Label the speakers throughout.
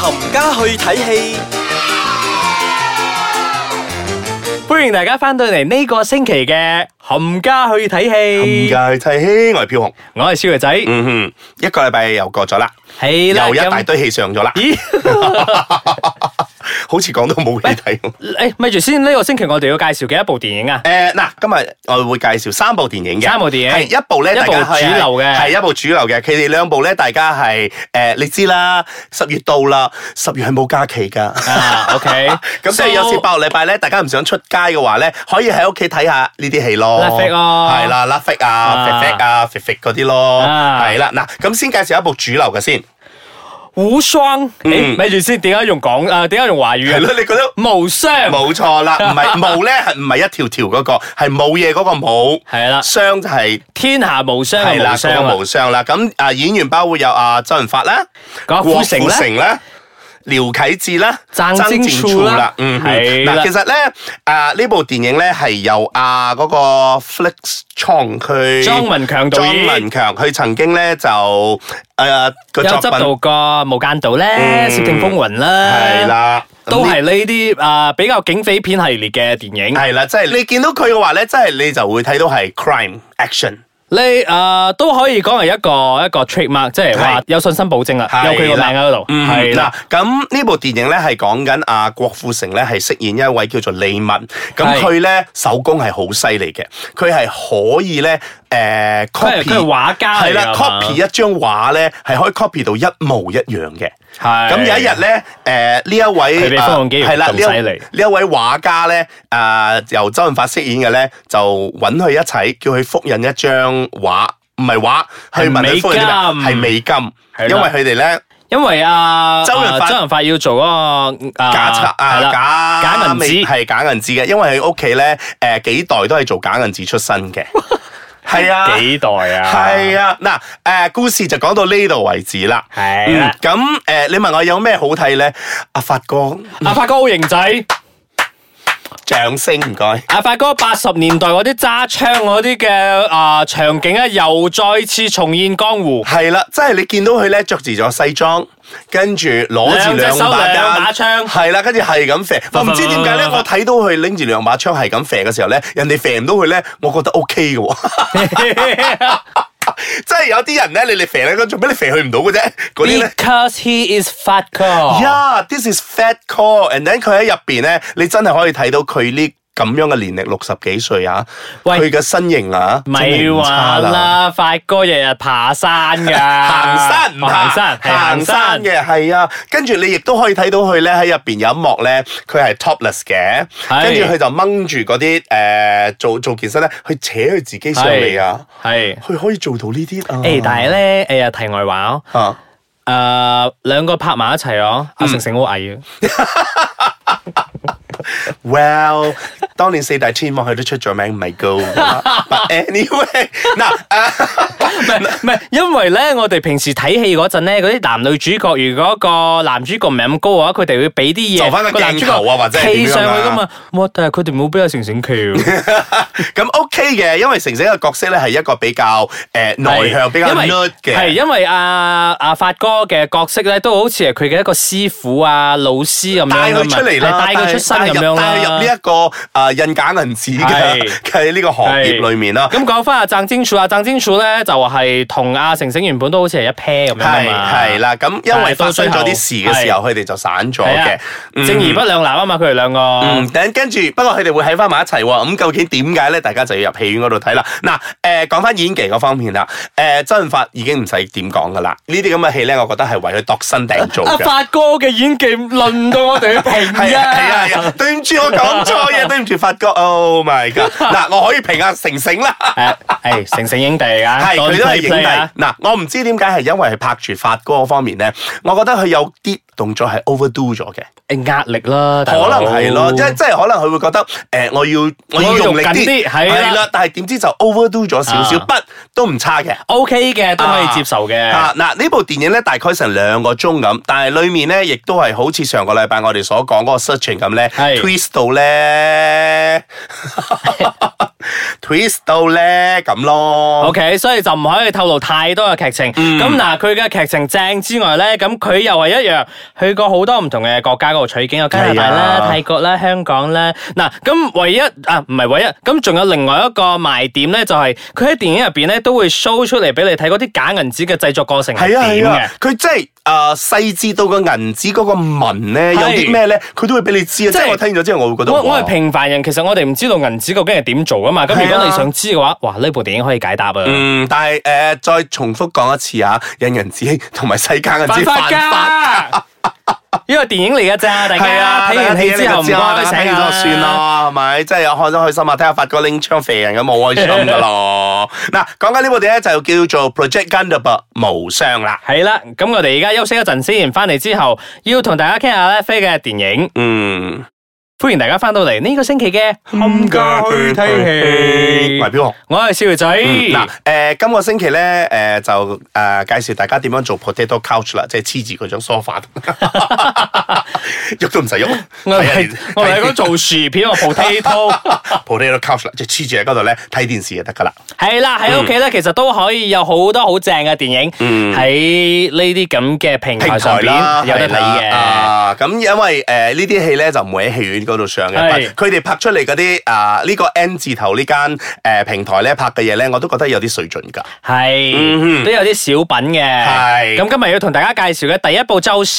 Speaker 1: 冚家去睇戲，
Speaker 2: 欢迎大家翻到嚟呢个星期嘅冚家去睇戏，
Speaker 3: 唔介意，睇戲，我係飄紅。嗯
Speaker 2: 我系小肥仔，
Speaker 3: 一個禮拜又過咗啦，
Speaker 2: 系啦，咁
Speaker 3: 又一大堆戲上咗啦。 好似講到冇戲睇咁。
Speaker 2: 诶，咪住先，呢个星期我哋要介绍嘅一部 电影啊，
Speaker 3: 誒，嗱，今日我會介紹三部電影嘅。
Speaker 2: 三部電影。
Speaker 3: 係，一部呢，
Speaker 2: 一部
Speaker 3: 大家係-
Speaker 2: 主流嘅。
Speaker 3: 係，一部主流嘅。佢哋兩部呢，大家係，誒，你知啦，十月到啦，十月係冇假期㗎。
Speaker 2: 啊，OK，
Speaker 3: 咁所以有時。八個禮拜呢，大家唔想出街嘅話呢，可以喺屋企睇下呢啲戲咯。
Speaker 2: Netflix咯。
Speaker 3: 係啦，Netflix啊，
Speaker 2: 啊。
Speaker 3: Netflix啊，Netflix嗰啲咯。
Speaker 2: 啊。
Speaker 3: 係啦，嗱，咁先介紹一部主流嘅先。
Speaker 2: 无双，诶，
Speaker 3: 嗯
Speaker 2: 咪住先，点解用港啊？点解用华语啊？
Speaker 3: 係咯，你覺得
Speaker 2: 无双，
Speaker 3: 冇錯啦，唔係冇咧，係唔係一條條嗰個，係冇嘢嗰個冇，
Speaker 2: 係啦
Speaker 3: 傷就係
Speaker 2: 天下無雙
Speaker 3: 係
Speaker 2: 嘅
Speaker 3: 啦
Speaker 2: 無
Speaker 3: 嗰
Speaker 2: 雙啊
Speaker 3: 個無傷啦。咁啊，演員包括有啊周潤發啦、
Speaker 2: 郭富城啊啦
Speaker 3: 啦。廖啟智啦，
Speaker 2: 曾
Speaker 3: 曾
Speaker 2: 正柱啦
Speaker 3: 嗯，
Speaker 2: 係啦
Speaker 3: 嗱，其實咧，啊呢部電影咧係由啊嗰個 Felix Chong 佢
Speaker 2: 莊文強導演
Speaker 3: 莊文強佢曾經咧就誒個
Speaker 2: 有
Speaker 3: 作
Speaker 2: 執
Speaker 3: 品
Speaker 2: 到個無間道咧，
Speaker 3: 嗯
Speaker 2: 竊聽風雲啦，
Speaker 3: 係，啦，
Speaker 2: 都係呢啲啊比較警匪片系列嘅電影。
Speaker 3: 係啦，即係你見到佢嘅話咧，即係你就會睇到係 crime action。
Speaker 2: 你啊都可以講係一個一個 trademark，即係話
Speaker 3: 係
Speaker 2: 有信心保證啦，
Speaker 3: 係
Speaker 2: 有佢個名
Speaker 3: 啦
Speaker 2: 喺嗰度，
Speaker 3: 嗯
Speaker 2: 係啦
Speaker 3: 嗱，，咁呢部電影咧係講緊阿郭富城咧係飾演一位叫做李文，
Speaker 2: 係
Speaker 3: 咁佢咧手工係好犀利嘅，佢係可以咧
Speaker 2: 佢係
Speaker 3: 誒 copy
Speaker 2: 佢係畫家嚟
Speaker 3: 係
Speaker 2: 㗎
Speaker 3: 啦
Speaker 2: 嘛
Speaker 3: ，copy 一張畫咧係可以 copy 到一模一樣嘅。
Speaker 2: 係
Speaker 3: 咁有一日咧，誒呢一位
Speaker 2: 佢哋
Speaker 3: 啊
Speaker 2: 方向機
Speaker 3: 係啦，
Speaker 2: 咁
Speaker 3: 呢一
Speaker 2: 犀利
Speaker 3: 呢一位畫家咧，誒由周潤發飾演嘅咧，就揾佢一齊叫佢複印一張畫，唔係畫，去問佢複印
Speaker 2: 美
Speaker 3: 啲
Speaker 2: 金
Speaker 3: 咩係美金，
Speaker 2: 係啦
Speaker 3: 因為佢哋咧。
Speaker 2: 因為啊
Speaker 3: 周潤發
Speaker 2: 啊周潤發要做嗰個啊
Speaker 3: 假鈔啊，
Speaker 2: 係啦
Speaker 3: 假
Speaker 2: 假銀紙
Speaker 3: 係假銀紙嘅，因為佢屋企咧誒幾代都係做假銀紙出 身嘅，係啊。
Speaker 2: 幾代啊，
Speaker 3: 係啊，嗱，誒、故事就講到呢度為止啦。
Speaker 2: 係啊啦
Speaker 3: 嗯咁誒、你問我有咩好睇咧？阿、發哥，
Speaker 2: 阿發哥好型仔。
Speaker 3: 掌聲唔該。
Speaker 2: 阿發哥八十年代嗰啲揸槍嗰啲嘅啊場景咧，又再次重現江湖。
Speaker 3: 係啦，即係你見到佢咧着住咗西裝，跟住攞住
Speaker 2: 兩
Speaker 3: 兩
Speaker 2: 隻手
Speaker 3: 把
Speaker 2: 兩
Speaker 3: 槍，
Speaker 2: 把槍
Speaker 3: 係啦，跟住係咁射。我唔知點解咧，我睇到佢拎住兩把槍係咁射嘅時候咧，人哋射唔到佢咧，我覺得 O K 嘅喎。 即係有啲人咧，你哋肥咧，做咩你肥佢唔到嘅啫？嗰啲哦咧。
Speaker 2: Because he is fat girl。
Speaker 3: Yeah，this is fat core，and then 佢喺入邊咧，你真係可以睇到佢呢咁樣嘅年齡，六十幾歲啊，
Speaker 2: 喂
Speaker 3: 佢嘅身形啊，真
Speaker 2: 咪
Speaker 3: 係唔
Speaker 2: 話
Speaker 3: 差。
Speaker 2: 啦，發哥日日爬山噶，
Speaker 3: 行山唔
Speaker 2: 哦行山，係
Speaker 3: 行山。嘅係啊，跟住你亦都可以睇到佢咧喺入邊有一幕咧，佢係 topless 嘅，
Speaker 2: 係
Speaker 3: 跟住佢就掹住嗰啲誒做做健身咧，去扯佢自己上嚟啊，
Speaker 2: 係，
Speaker 3: 佢可以做到呢啲啊。
Speaker 2: 誒，但係咧，誒啊，題外話哦，
Speaker 3: 啊
Speaker 2: 誒，兩個拍埋一齊
Speaker 3: 嗯
Speaker 2: 哦，阿成成好矮 嘅，
Speaker 3: Well，當年四大天王佢都出咗名，唔係高㗎啦。But anyway，嗱，啊
Speaker 2: 唔係唔係，因為咧，我哋平時睇戲嗰陣咧，嗰啲男女主角，如果個男主角唔係咁高嘅話，佢哋會俾啲嘢
Speaker 3: 就返個
Speaker 2: 男主角
Speaker 3: 鏡頭啊或者係
Speaker 2: 企
Speaker 3: 點樣啊
Speaker 2: 上去噶嘛。哇！但係佢哋冇俾阿成成企喎，
Speaker 3: 咁 OK 嘅，因為成成嘅角色咧係一個比較誒內向、比較
Speaker 2: 因為
Speaker 3: nerd
Speaker 2: 係
Speaker 3: 嘅。
Speaker 2: 因為阿阿發哥嘅角色咧，都好似係佢嘅一個師傅啊、老師咁樣
Speaker 3: 帶
Speaker 2: 㗎嘛
Speaker 3: 佢出嚟啦，
Speaker 2: 係帶佢出身
Speaker 3: 帶
Speaker 2: 咁樣啦。
Speaker 3: 帶入呢一個啊印假銀紙嘅
Speaker 2: 係
Speaker 3: 嘅呢個行業裏面啦。
Speaker 2: 咁講翻阿鄭晶柱，阿鄭晶柱咧就係同阿成成原本都好似係一 pair 咁樣㗎
Speaker 3: 係
Speaker 2: 嘛。
Speaker 3: 係啦，咁因為發
Speaker 2: 但係到
Speaker 3: 生咗
Speaker 2: 最後
Speaker 3: 啲事嘅時候，佢哋就散咗
Speaker 2: 係啊
Speaker 3: 嘅。嗯
Speaker 2: 正而不兩立啊嘛，佢哋兩個。
Speaker 3: 嗯，等跟住，不過佢哋會喺翻埋一齊喎。咁究竟點解咧？大家就要入戲院嗰度睇啦。嗱，誒、講翻演技嗰方面啦，誒、周潤發已經唔使點講噶啦。呢啲咁嘅戲咧，我覺得係為佢度身訂造
Speaker 2: 阿
Speaker 3: 嘅。
Speaker 2: 發哥嘅演技輪到我哋 去評
Speaker 3: 係啊係啊係
Speaker 2: 啊！
Speaker 3: 啊！對唔住，我講錯嘢，對唔住發哥。Oh my god！嗱，我可以評下成成啦。
Speaker 2: 誒誒，成成影帝啊，
Speaker 3: 係佢都係
Speaker 2: Don't
Speaker 3: 影
Speaker 2: play play 啊
Speaker 3: 帝。嗱，我唔知點解係因為係拍住發哥嗰方面咧，我覺得佢有啲動作係 overdo 咗嘅。
Speaker 2: 誒壓力啦，大佬
Speaker 3: 可能係咯，即即係可能佢會覺得誒、我要我要用力
Speaker 2: 我要用緊啲
Speaker 3: 啲，
Speaker 2: 係啦
Speaker 3: 啦，但係點知就 overdo 咗少少，
Speaker 2: 啊
Speaker 3: 不都唔差嘅。
Speaker 2: OK 嘅，都可以接受嘅。
Speaker 3: 啊嗱，呢部電影咧大概成兩個鐘咁，但係裡面咧亦都係好似上個禮拜我哋所講嗰個 searching 咁咧
Speaker 2: 係
Speaker 3: ，twist 到咧， twist 到咧咁咯。
Speaker 2: O K，所以就唔可以透露太多嘅劇情。
Speaker 3: 嗯
Speaker 2: 咁嗱、佢嘅劇情正之外咧，咁佢又係一樣去過好多唔同嘅國家嗰度取景，有加拿大啦
Speaker 3: 係、啊
Speaker 2: 泰國啦、香港啦。嗱，咁唯一啊，唔係唯一，咁仲有另外一個賣點咧，就係佢喺電影入邊咧都會 show 出嚟俾你睇嗰啲假銀紙嘅製作過程係
Speaker 3: 係啊
Speaker 2: 點嘅
Speaker 3: 係啊。，佢真係啊細緻到個銀紙嗰個紋咧，有
Speaker 2: 係
Speaker 3: 啲咩咧，佢都會俾你知啊！
Speaker 2: 即
Speaker 3: 即
Speaker 2: 係
Speaker 3: 係我聽咗之後，我會覺得
Speaker 2: 我我係
Speaker 3: 哇
Speaker 2: 平凡人，其實我哋唔知道銀紙究竟係點做噶嘛。咁如
Speaker 3: 係
Speaker 2: 果
Speaker 3: 啊
Speaker 2: 你想知嘅話，哇，呢部電影可以解答啊！
Speaker 3: 嗯，但係誒、呃再重複講一次啊，印銀紙同埋世間銀
Speaker 2: 犯
Speaker 3: 紙
Speaker 2: 法
Speaker 3: 犯法。
Speaker 2: 噶，呢個電影嚟噶咋，大
Speaker 3: 係
Speaker 2: 家
Speaker 3: 啊
Speaker 2: 睇完戲之後唔
Speaker 3: 大
Speaker 2: 該
Speaker 3: 家睇
Speaker 2: 醒
Speaker 3: 完
Speaker 2: 啊
Speaker 3: 就算。啦，係咪？真係有開心開心啊！睇下發哥拎槍射人咁好開心噶 咯。嗱，講緊呢部電影就叫做 Project Gundam 無雙啦。
Speaker 2: 係啦，咁我哋而家休息一陣先，翻嚟之後要同大家傾下咧飛嘅電影。
Speaker 3: 嗯，
Speaker 2: 歡迎大家翻到嚟呢個星期嘅冚家去睇戲
Speaker 3: 喂，邊個？
Speaker 2: 我係少爺仔。
Speaker 3: 嗯嗱
Speaker 2: 嗱，，
Speaker 3: 誒，今個星期咧，誒就誒介紹大家點樣做 potato couch 啦，即係黐住嗰張 sofa，喐都唔使喐。
Speaker 2: 我
Speaker 3: 睇
Speaker 2: 係
Speaker 3: 下
Speaker 2: 我係
Speaker 3: 睇
Speaker 2: 嗰做薯片，我 potato。
Speaker 3: potato couch 啦，即係黐住喺嗰度咧睇電視就得噶啦。
Speaker 2: 係啦，喺屋企
Speaker 3: 嗯
Speaker 2: 咧，其實都可以有好多好正嘅電影喺呢啲咁嘅平
Speaker 3: 平
Speaker 2: 台上
Speaker 3: 台啦，
Speaker 2: 邊有得睇
Speaker 3: 係
Speaker 2: 嘅
Speaker 3: 啦。啊，咁因為誒呢啲戲咧就唔會喺戲院嗰度上
Speaker 2: 係
Speaker 3: 嘅，佢哋拍出嚟嗰啲啊呢個 N 字頭呢間誒平台咧拍嘅嘢咧，我都覺得有啲水準㗎。
Speaker 2: 係
Speaker 3: 嗯哼
Speaker 2: 都有啲小品嘅。
Speaker 3: 係
Speaker 2: 咁今日要同大家介紹嘅第一部就是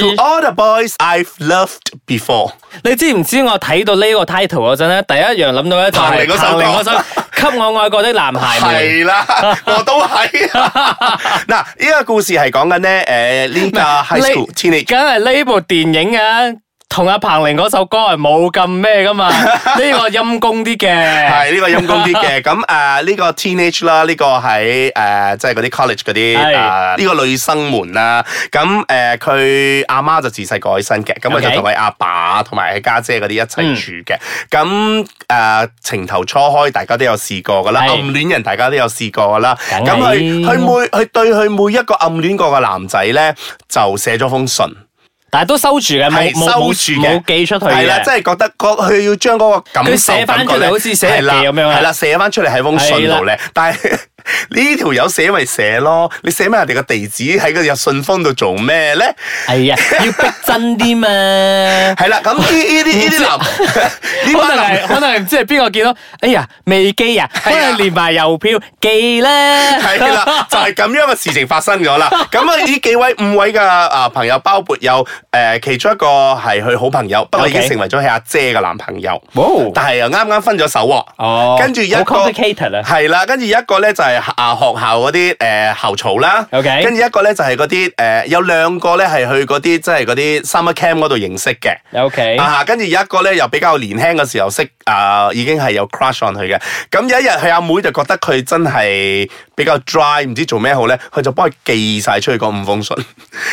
Speaker 3: To all the boys I've loved before，
Speaker 2: 你知唔知我睇到呢個 title 嗰陣咧，第一樣諗到咧就
Speaker 3: 彭
Speaker 2: 係
Speaker 3: 羚嗰首
Speaker 2: 彭羚
Speaker 3: 歌
Speaker 2: 嗰首《給我愛過的男孩們》。
Speaker 3: 係啦，我都係。嗱，呢個故事係講緊咧誒呢個 high school
Speaker 2: 你
Speaker 3: teenage。
Speaker 2: 梗係呢部電影啊，同阿彭羚嗰首歌係冇咁咩 噶嘛？呢個陰公啲嘅。
Speaker 3: 係呢個陰公啲嘅，咁誒呢個 teenage 啦，呢個喺誒即係嗰啲 college 嗰啲
Speaker 2: 係
Speaker 3: 誒呢個女生們啦，咁誒佢阿媽就自細過起身嘅，咁佢
Speaker 2: OK 嗯
Speaker 3: 就同佢阿爸同埋佢家姐嗰啲一齊住嘅，咁誒情頭初開，大家都有試過噶啦，
Speaker 2: 係
Speaker 3: 暗戀人大家都有試過噶啦，
Speaker 2: 梗
Speaker 3: 咁
Speaker 2: 係
Speaker 3: 佢佢每佢對佢每一個暗戀過嘅男仔咧，就寫咗封信，
Speaker 2: 但係都收住嘅，冇
Speaker 3: 係
Speaker 2: 冇
Speaker 3: 收
Speaker 2: 冇
Speaker 3: 住嘅
Speaker 2: 冇寄出去
Speaker 3: 係啦，
Speaker 2: 嘅
Speaker 3: 即。係覺得嗰佢要將嗰個感受
Speaker 2: 佢寫返
Speaker 3: 感覺
Speaker 2: 出嚟
Speaker 3: 呢
Speaker 2: 好似寫日記咁樣啊
Speaker 3: 係啦，寫翻出嚟喺封信度咧，但係 呢條友寫咪寫咯，你寫埋人哋個地址喺個信封度做咩咧？
Speaker 2: 係啊，要逼真啲嘛。
Speaker 3: 係啦，咁呢呢啲呢 啲男
Speaker 2: 可能
Speaker 3: 呢班
Speaker 2: 係，
Speaker 3: 男
Speaker 2: 可能係唔知係邊個見到，哎呀，未寄 啊，可
Speaker 3: 係啊
Speaker 2: 能連埋郵票寄啦。
Speaker 3: 係 啦，就係咁樣嘅事情發生咗啦。咁啊，呢幾位五位嘅啊朋友，包括有誒其中一個係佢好朋友，不過已經
Speaker 2: OK
Speaker 3: 成為咗佢阿姐嘅男朋友，
Speaker 2: 冇
Speaker 3: 但係又啱啱分咗手喎。
Speaker 2: 哦，
Speaker 3: 跟住一
Speaker 2: 好
Speaker 3: 個
Speaker 2: complicated 啊，
Speaker 3: 係啦，跟住一個咧就係啊學校嗰啲誒校草啦
Speaker 2: OK
Speaker 3: 跟住一個咧就係嗰啲誒有兩個咧係去嗰啲即係嗰啲 summer camp 嗰度認識嘅。
Speaker 2: O K，
Speaker 3: 啊，跟住有一個咧，又比較年輕嘅時候識啊、已經係有 crush on 佢嘅。咁有一日，佢阿妹就覺得佢真係比較 dry，唔知做咩好咧，佢就幫佢寄晒出去嗰五封信。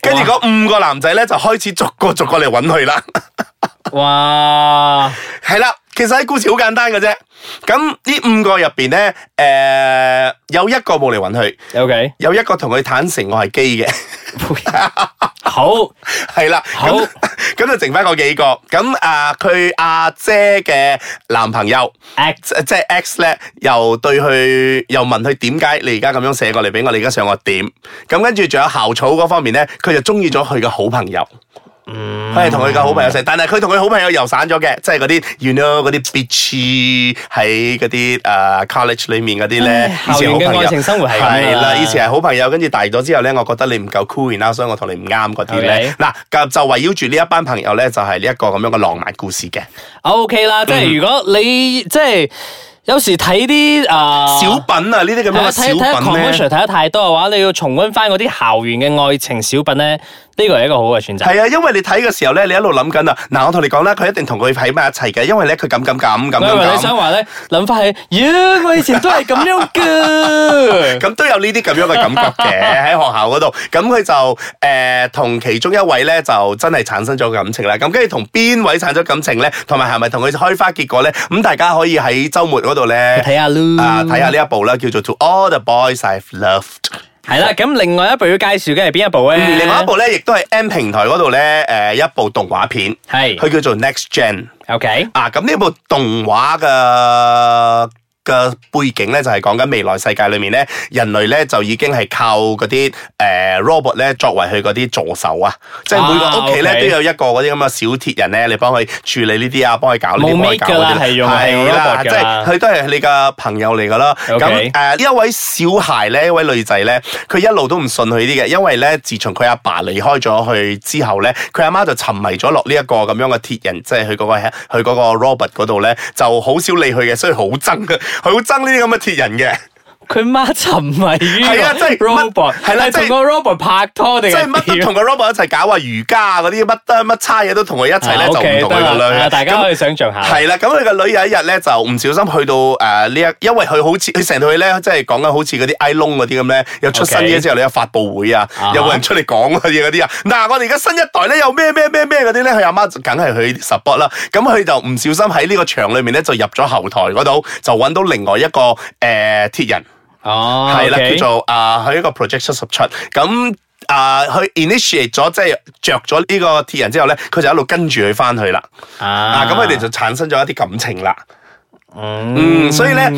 Speaker 3: 跟住嗰五個男仔咧，就開始逐個逐個嚟揾佢啦。
Speaker 2: 哇，
Speaker 3: 係啦，其實喺故事好簡單嘅啫。咁呢五個入邊咧，誒、有一個冇嚟揾佢，
Speaker 2: O K，
Speaker 3: 有一個同佢坦誠我係基嘅，
Speaker 2: 好，
Speaker 3: 係啦。
Speaker 2: 好
Speaker 3: 咁 咁就剩翻嗰幾個。咁啊，佢阿姐嘅男朋友。
Speaker 2: act
Speaker 3: 即即係 X 咧，又對佢又問佢點解你而家咁樣寫過嚟俾我，你而家想我點？咁跟住仲有校草嗰方面咧，佢就中意咗佢嘅好朋友，
Speaker 2: 嗯
Speaker 3: 佢係同佢嘅好朋友寫，但係佢同佢好朋友又散咗嘅，即係嗰啲 you know 嗰啲 bitch 喺嗰啲誒 college 裡面嗰啲咧
Speaker 2: 唉，
Speaker 3: 以前係
Speaker 2: 嗯校園嘅
Speaker 3: 好朋
Speaker 2: 愛
Speaker 3: 友
Speaker 2: 情生活係咁啊
Speaker 3: 係啦，以前係好朋友，跟住大咗之後咧，我覺得你唔夠 cool 然啦，所以我同你唔啱嗰啲
Speaker 2: OK
Speaker 3: 咧。嗱，就就圍繞住呢一班朋友咧，就係呢一個咁樣嘅浪漫故事嘅
Speaker 2: O K
Speaker 3: 嗯
Speaker 2: 啦，即係如果你即係有時睇啲啊
Speaker 3: 小。品啊，呢啲咁
Speaker 2: 係
Speaker 3: 樣
Speaker 2: 啊睇
Speaker 3: 嘅
Speaker 2: 睇
Speaker 3: 小品咧
Speaker 2: commercial。睇得太多嘅話，你要重温翻嗰啲校園嘅愛情小品咧，呢個係一個好嘅選擇。
Speaker 3: 係啊，因為你睇嘅時候咧，你一路諗緊啊。嗱，我同你講啦，佢一定同佢喺埋一齊嘅，因為咧佢咁咁咁咁
Speaker 2: 我以為
Speaker 3: 咁
Speaker 2: 你想
Speaker 3: 咁，
Speaker 2: 話咧，諗翻起，咦，我以前都係咁樣噶。
Speaker 3: 咁都有呢啲咁樣嘅感覺嘅喺學 校嗰度。咁佢就誒同、其中一位咧就真係產生咗感情啦。咁跟住同邊位產生感情咧，同埋係咪同佢開花結果咧？咁大家可以喺週末嗰度咧
Speaker 2: 睇下咯，嗯
Speaker 3: À, 啊睇下呢一部啦，叫做《To All the Boys I've Loved》。
Speaker 2: 系啦，咁另外一部要介紹嘅係邊一部咧？
Speaker 3: 嗯另外一部咧，亦都係 M 平台嗰度咧，诶一部動畫片，
Speaker 2: 係
Speaker 3: 佢叫做 Next Gen。
Speaker 2: OK，
Speaker 3: 啊，咁呢部動畫嘅嘅背景咧，就係講緊未來世界裏面咧，人類咧就已經係靠嗰啲誒 robot 咧作為佢嗰啲助手啊，即係每
Speaker 2: 啊
Speaker 3: 個屋企咧
Speaker 2: OK
Speaker 3: 都有一個嗰啲咁嘅小鐵人咧，你幫佢處理呢啲啊，幫佢搞呢啲，
Speaker 2: 冇
Speaker 3: 幫佢
Speaker 2: make
Speaker 3: 搞
Speaker 2: 㗎啦
Speaker 3: 嗰啲
Speaker 2: 係用係用
Speaker 3: 係啦，
Speaker 2: robot 㗎
Speaker 3: 即係
Speaker 2: 啦
Speaker 3: 佢都係啊你嘅朋友嚟㗎啦。
Speaker 2: OK
Speaker 3: 咁誒呢一位小孩咧，一位女仔咧，佢一路都唔信佢啲嘅，因為咧，自從佢阿爸離開咗佢之後咧，佢阿媽就沉迷咗落呢一個咁樣嘅鐵人，即係佢嗰個佢嗰個 Robert 嗰度咧，就好少理佢嘅，所以好憎嘅，佢好 憎呢啲咁嘅鐵人嘅。
Speaker 2: 佢媽沉迷於
Speaker 3: 係啊即係乜
Speaker 2: robot，
Speaker 3: 係啦即係
Speaker 2: 同個 robot 拍拖定
Speaker 3: 即係乜
Speaker 2: 係
Speaker 3: 都
Speaker 2: 點
Speaker 3: 同個 Robert 一齊搞啊，瑜伽啊嗰啲乜得乜差嘢都同佢一齊咧，
Speaker 2: 啊
Speaker 3: 就唔
Speaker 2: À, OK，à,
Speaker 3: 同
Speaker 2: 得
Speaker 3: 佢
Speaker 2: 啦
Speaker 3: 個女
Speaker 2: 啊
Speaker 3: 嘅。
Speaker 2: 大家可以想象下。
Speaker 3: 係啦，咁佢個女有一日咧就唔小心去到诶呢一，因為佢好似佢成套戲咧，即係講緊好似嗰啲 i l o n 嗰啲咁咧，有出新
Speaker 2: OK
Speaker 3: 嘢之後，你有發佈會啊
Speaker 2: 啊哈，
Speaker 3: 有個人出嚟講嗰啲嗰啲啊，嗱，我哋而家新一代咧有咩咩咩咩嗰啲咧，佢阿媽就梗係去 support 啦，咁佢就唔小心喺呢個場裏面咧就入咗後台嗰度，就揾到另外一個诶鐵人。
Speaker 2: 哦，
Speaker 3: 係啦，
Speaker 2: Ờ, OK
Speaker 3: 叫做啊，佢、一個 project 出十出咁。啊！佢 initiate 咗，即係着咗呢個鐵人之後咧，佢就一路跟住佢翻去啦。啊，
Speaker 2: 啊
Speaker 3: 咁佢哋就產生咗一啲感情啦。
Speaker 2: 嗯
Speaker 3: 嗯，所以咧，誒、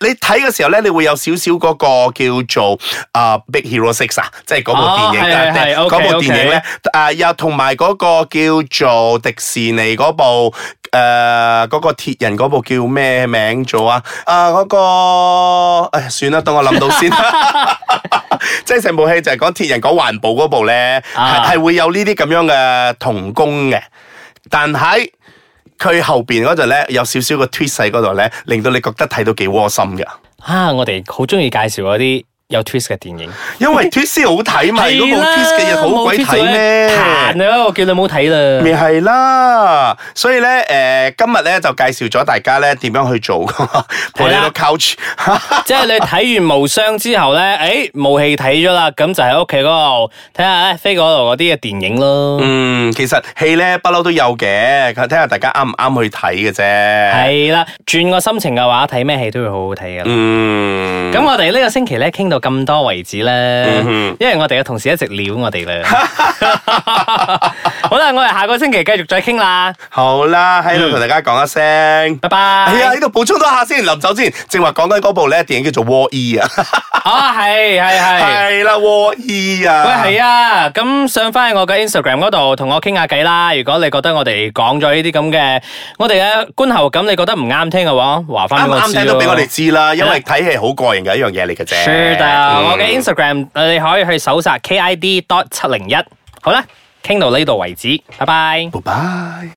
Speaker 3: 你睇嘅時候咧，你會有少少嗰個叫做啊、Big Hero Six 啊，即係嗰部電影
Speaker 2: 哦係係係
Speaker 3: 啊，嗰、
Speaker 2: OK，
Speaker 3: 部電影咧，啊又同埋嗰個叫做迪士尼嗰部誒嗰、個鐵人嗰部叫咩名做啊？啊、嗰、個唉算啦，等我諗到先。 啊即係成部戲就係講鐵人講環保嗰部咧，
Speaker 2: 啊
Speaker 3: 係係會有呢啲咁樣嘅童工嘅，但係佢後邊嗰度咧有少少個 twist 喺嗰度咧，令到你覺得睇到幾窩心嘅，
Speaker 2: 啊，我哋好中意介紹嗰啲有 twist 嘅電影。
Speaker 3: 因為 twist 好睇嘛，如果冇 twist 嘅嘢好鬼睇
Speaker 2: 彈
Speaker 3: 咩？
Speaker 2: 啦，我叫你冇睇啦。
Speaker 3: 咪係啦，所以咧，誒、今日咧就介紹咗大家咧點樣去做 p o
Speaker 2: 係
Speaker 3: t
Speaker 2: 啦
Speaker 3: a couch，
Speaker 2: 即係你睇完無雙之後咧，诶冇戲睇咗啦，咁就喺屋企嗰度睇下诶飞嗰度嗰啲嘅電影咯。
Speaker 3: 嗯，其實戲咧不嬲都有嘅，睇下大家啱唔啱去睇嘅啫。
Speaker 2: 係啦，轉個心情嘅話，睇咩戲都會好好睇嘅。
Speaker 3: 嗯，
Speaker 2: 咁我哋呢個星期咧傾到咁多為止啦，
Speaker 3: 哼
Speaker 2: 因為我哋嘅同事一直撩我哋 啦。好啦，我哋下個星期繼續再傾啦，
Speaker 3: 好啦，喺度同大家講一聲。
Speaker 2: 嗯拜
Speaker 3: 係啊，
Speaker 2: 拜
Speaker 3: 呢。度補充多下先，臨走之前，正話講緊嗰部咧電影叫做《War E》啊，
Speaker 2: 啊，係係係。
Speaker 3: 係啦，《War E》
Speaker 2: 喂，
Speaker 3: 啊，
Speaker 2: 係啊，咁上翻去我嘅 Instagram 嗰度同我傾下偈啦。如果你覺得我哋講咗呢啲咁嘅，我哋嘅觀後感，你覺得唔啱聽嘅話，話翻
Speaker 3: 啱
Speaker 2: 俾我知
Speaker 3: 啱
Speaker 2: 咯
Speaker 3: 聽到俾我哋知啦，因為睇戲好過癮嘅一樣嘢嚟嘅啫。
Speaker 2: 是的，
Speaker 3: 嗯
Speaker 2: 我嘅 Instagram 呃你可以去搜索 KID dot 七零一。好啦，傾到呢度為止，拜拜。
Speaker 3: 拜拜。